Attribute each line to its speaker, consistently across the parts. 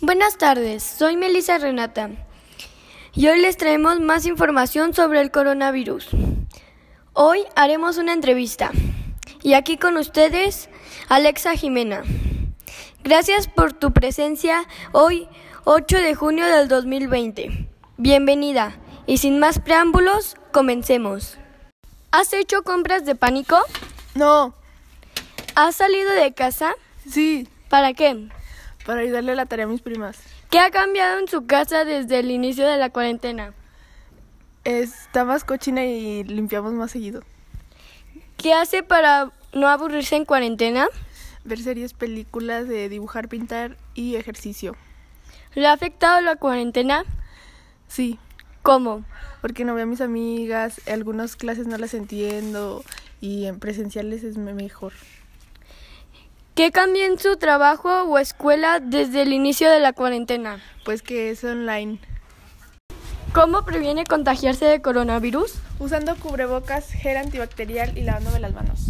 Speaker 1: Buenas tardes, soy Melissa Renata y hoy les traemos más información sobre el coronavirus. Hoy haremos una entrevista y aquí con ustedes Alexa Jimena. Gracias por tu presencia hoy 8 de junio del 2020. Bienvenida y sin más preámbulos, comencemos. ¿Has hecho compras de pánico?
Speaker 2: No,
Speaker 1: ¿Has salido de casa?
Speaker 2: sí,
Speaker 1: ¿Para qué?
Speaker 2: para ayudarle a la tarea a mis primas.
Speaker 1: ¿Qué ha cambiado en su casa desde el inicio de la cuarentena?
Speaker 2: Está más cochina y limpiamos más seguido.
Speaker 1: ¿Qué hace para no aburrirse en cuarentena?
Speaker 2: Ver series, películas, de dibujar, pintar y ejercicio.
Speaker 1: ¿Le ha afectado la cuarentena?
Speaker 2: Sí,
Speaker 1: ¿Cómo?
Speaker 2: porque no veo a mis amigas, algunas clases no las entiendo y en presenciales es me- mejor.
Speaker 1: ¿Qué cambia en su trabajo o escuela desde el inicio de la cuarentena?
Speaker 2: Pues que es online.
Speaker 1: ¿Cómo previene contagiarse de coronavirus?
Speaker 2: Usando cubrebocas, gel antibacterial y lavándome las manos.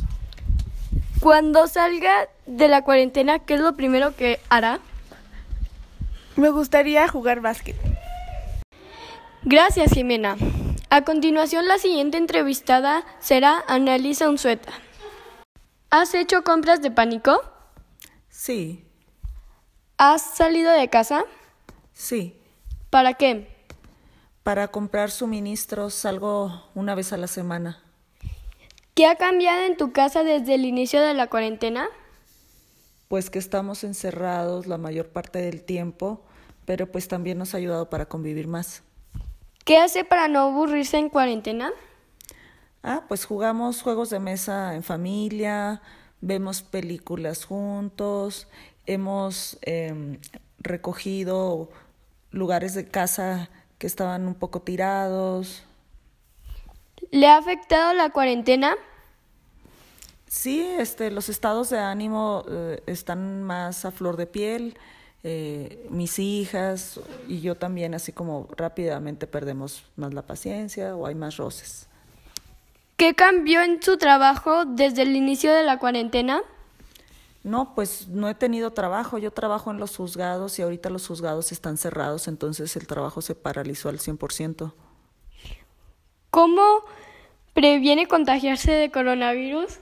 Speaker 1: Cuando salga de la cuarentena, ¿qué es lo primero que hará?
Speaker 2: Me gustaría jugar básquet.
Speaker 1: Gracias, Jimena. A continuación, la siguiente entrevistada será Annalisa Unzueta. ¿Has hecho compras de pánico?
Speaker 3: Sí,
Speaker 1: ¿Has salido de casa?
Speaker 3: sí.
Speaker 1: ¿Para qué?
Speaker 3: Para comprar suministros salgo una vez a la semana.
Speaker 1: ¿Qué ha cambiado en tu casa desde el inicio de la cuarentena?
Speaker 3: Pues que estamos encerrados la mayor parte del tiempo, pero pues también nos ha ayudado para convivir más.
Speaker 1: ¿Qué hace para no aburrirse en cuarentena?
Speaker 3: Ah, pues jugamos juegos de mesa en familia, vemos películas juntos, hemos em, recogido lugares de casa que estaban un poco tirados.
Speaker 1: ¿Le ha afectado la cuarentena?
Speaker 3: Sí, este, los estados de ánimo eh, están más a flor de piel. eh, mis hijas y yo también, así como rápidamente perdemos más la paciencia o hay más roces.
Speaker 1: ¿Qué cambió en su trabajo desde el inicio de la cuarentena?
Speaker 3: No, pues no he tenido trabajo. Yo trabajo en los juzgados y ahorita los juzgados están cerrados, entonces el trabajo se paralizó al 100%.
Speaker 1: ¿Cómo previene contagiarse de coronavirus?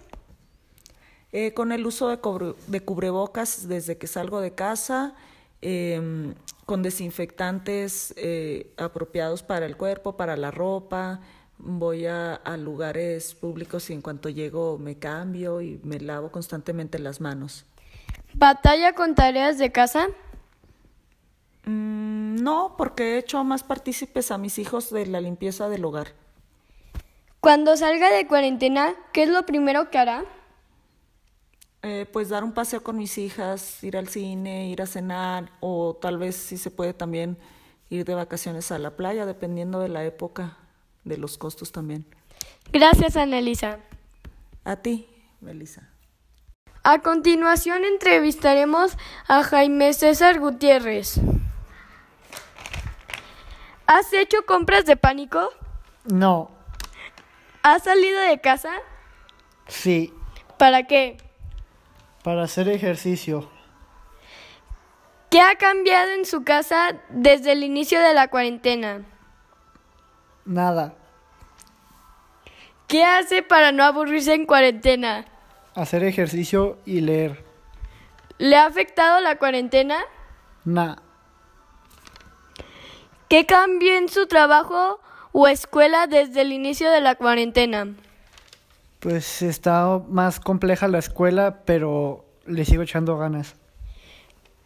Speaker 3: Eh, con el uso de, cubre- de cubrebocas desde que salgo de casa, eh, con desinfectantes eh, apropiados para el cuerpo, para la ropa, voy a, a lugares públicos y en cuanto llego me cambio y me lavo constantemente las manos.
Speaker 1: ¿Batalla con tareas de casa?
Speaker 3: Mm, no, porque he hecho más partícipes a mis hijos de la limpieza del hogar.
Speaker 1: Cuando salga de cuarentena, ¿qué es lo primero que hará?
Speaker 3: Eh, pues dar un paseo con mis hijas, ir al cine, ir a cenar o tal vez si se puede también ir de vacaciones a la playa, dependiendo de la época, de los costos también.
Speaker 1: Gracias, Annalisa.
Speaker 3: A ti, Melissa.
Speaker 1: A continuación entrevistaremos a Jaime César Gutiérrez. ¿Has hecho compras de pánico?
Speaker 4: No,
Speaker 1: ¿Has salido de casa?
Speaker 4: sí,
Speaker 1: ¿Para qué?
Speaker 4: para hacer ejercicio.
Speaker 1: ¿Qué ha cambiado en su casa desde el inicio de la cuarentena?
Speaker 4: Nada,
Speaker 1: ¿Qué hace para no aburrirse en cuarentena?
Speaker 4: hacer ejercicio y leer.
Speaker 1: ¿Le ha afectado la cuarentena?
Speaker 4: Na,
Speaker 1: ¿Qué cambió en su trabajo o escuela desde el inicio de la cuarentena?
Speaker 4: pues está más compleja la escuela, pero le sigo echando ganas.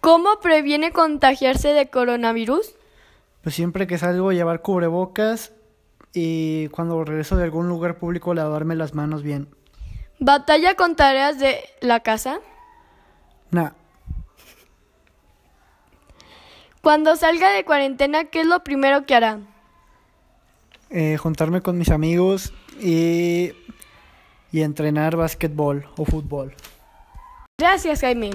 Speaker 1: ¿Cómo previene contagiarse de coronavirus?
Speaker 4: Pues siempre que salgo llevar cubrebocas y cuando regreso de algún lugar público lavarme las manos bien.
Speaker 1: ¿Batalla con tareas de la casa?
Speaker 4: Na,
Speaker 1: Cuando salga de cuarentena, ¿qué es lo primero que hará?
Speaker 4: eh, juntarme con mis amigos y, y entrenar básquetbol o fútbol.
Speaker 1: Gracias, Jaime.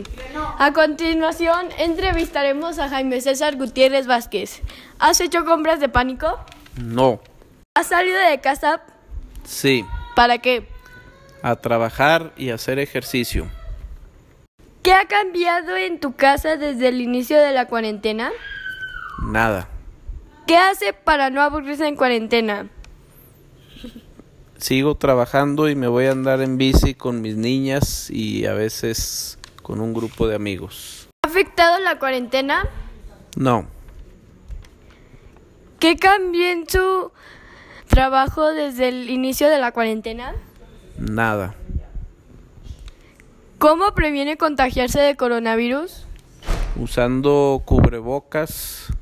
Speaker 1: A continuación, entrevistaremos a Jaime César Gutiérrez Vázquez. ¿Has hecho compras de pánico?
Speaker 5: No,
Speaker 1: ¿Has salido de casa?
Speaker 5: sí,
Speaker 1: ¿Para qué?
Speaker 5: a trabajar y hacer ejercicio.
Speaker 1: ¿Qué ha cambiado en tu casa desde el inicio de la cuarentena?
Speaker 5: Nada.
Speaker 1: ¿Qué hace para no aburrirse en cuarentena?
Speaker 5: Sigo trabajando y me voy a andar en bici con mis niñas y a veces con un grupo de amigos.
Speaker 1: ¿Ha afectado la cuarentena?
Speaker 5: No.
Speaker 1: ¿Qué cambió en su trabajo desde el inicio de la cuarentena?
Speaker 5: Nada.
Speaker 1: ¿Cómo previene contagiarse de coronavirus?
Speaker 5: Usando cubrebocas.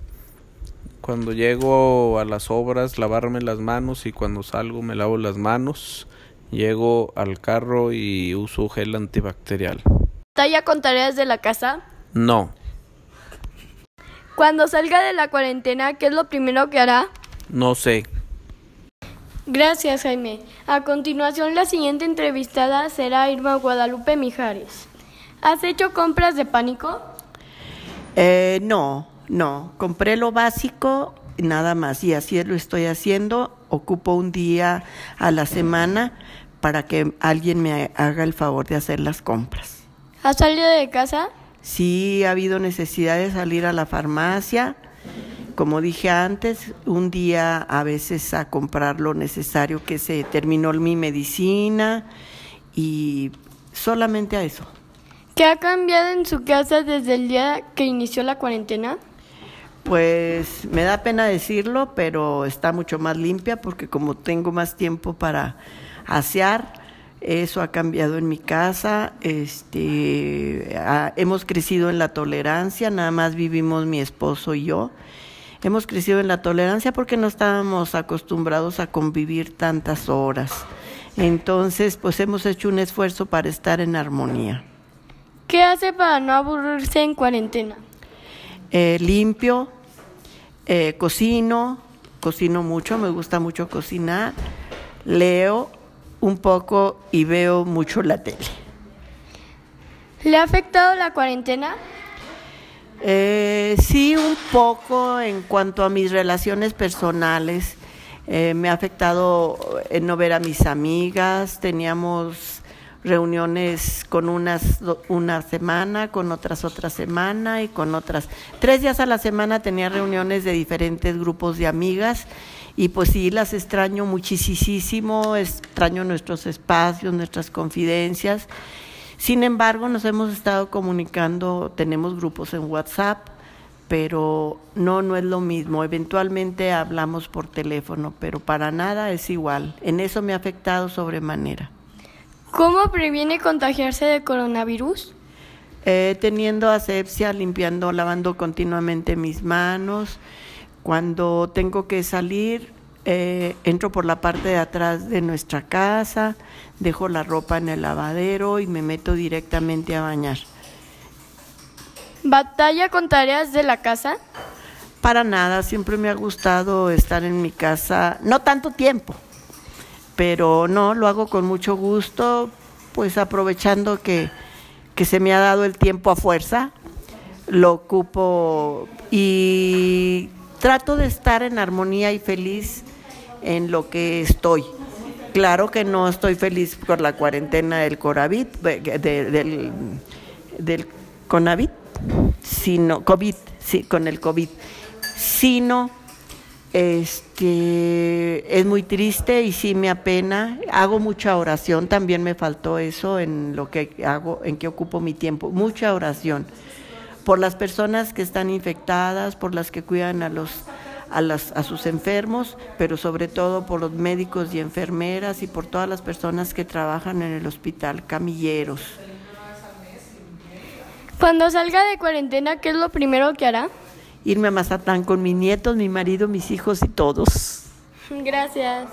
Speaker 5: Cuando llego a las obras, lavarme las manos y cuando salgo me lavo las manos. Llego al carro y uso gel antibacterial.
Speaker 1: ¿Talla con tareas de la casa?
Speaker 5: No.
Speaker 1: Cuando salga de la cuarentena, ¿qué es lo primero que hará?
Speaker 5: No sé.
Speaker 1: Gracias, Jaime. A continuación, la siguiente entrevistada será Irma Guadalupe Mijares. ¿Has hecho compras de pánico?
Speaker 6: Eh, no, no. Compré lo básico, nada más. Y así lo estoy haciendo. Ocupo un día a la semana para que alguien me haga el favor de hacer las compras.
Speaker 1: ¿Has salido de casa?
Speaker 6: Sí, ha habido necesidad de salir a la farmacia. Como dije antes, un día a veces a comprar lo necesario que se terminó mi medicina y solamente a eso.
Speaker 1: ¿Qué ha cambiado en su casa desde el día que inició la cuarentena?
Speaker 6: Pues me da pena decirlo, pero está mucho más limpia porque como tengo más tiempo para asear, eso ha cambiado en mi casa. Este, ha- hemos crecido en la tolerancia, nada más vivimos mi esposo y yo. Hemos crecido en la tolerancia porque no estábamos acostumbrados a convivir tantas horas. Entonces, pues hemos hecho un esfuerzo para estar en armonía.
Speaker 1: ¿Qué hace para no aburrirse en cuarentena?
Speaker 6: Eh, limpio, eh, cocino, cocino mucho, me gusta mucho cocinar, leo un poco y veo mucho la tele.
Speaker 1: ¿Le ha afectado la cuarentena?
Speaker 6: Eh, sí, un poco en cuanto a mis relaciones personales. Eh, me ha afectado eh, no ver a mis amigas. Teníamos reuniones con unas do- una semana, con otras otra semana y con otras. Tres días a la semana tenía reuniones de diferentes grupos de amigas y pues sí, las extraño muchísimo, extraño nuestros espacios, nuestras confidencias. Sin embargo, nos hemos estado comunicando, tenemos grupos en WhatsApp, pero no, no es lo mismo. Eventualmente hablamos por teléfono, pero para nada es igual. En eso me ha afectado sobremanera.
Speaker 1: ¿Cómo previene contagiarse de coronavirus?
Speaker 6: Eh, teniendo asepsia, limpiando, lavando continuamente mis manos. Cuando tengo que salir, eh, entro por la parte de atrás de nuestra casa, dejo la ropa en el lavadero y me meto directamente a bañar.
Speaker 1: ¿Batalla con tareas de la casa?
Speaker 6: Para nada, siempre me ha gustado estar en mi casa, no tanto tiempo, pero no, lo hago con mucho gusto, pues aprovechando que, que se me ha dado el tiempo a fuerza, lo ocupo y trato de estar en armonía y feliz en lo que estoy. Claro que no estoy feliz por la cuarentena del Coravit, de- de- del, del Conavit, sino COVID, sí, con el COVID, sino este es muy triste y sí me apena. Hago mucha oración, también me faltó eso en lo que hago, en que ocupo mi tiempo, mucha oración por las personas que están infectadas, por las que cuidan a los a, las, a sus enfermos, pero sobre todo por los médicos y enfermeras y por todas las personas que trabajan en el hospital, camilleros.
Speaker 1: Cuando salga de cuarentena, ¿qué es lo primero que hará?
Speaker 6: irme a Mazatlán con mis nietos, mi marido, mis hijos y todos.
Speaker 1: Gracias.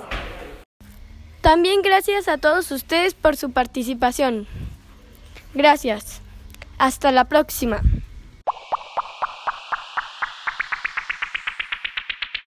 Speaker 1: También gracias a todos ustedes por su participación. Gracias. Hasta la próxima.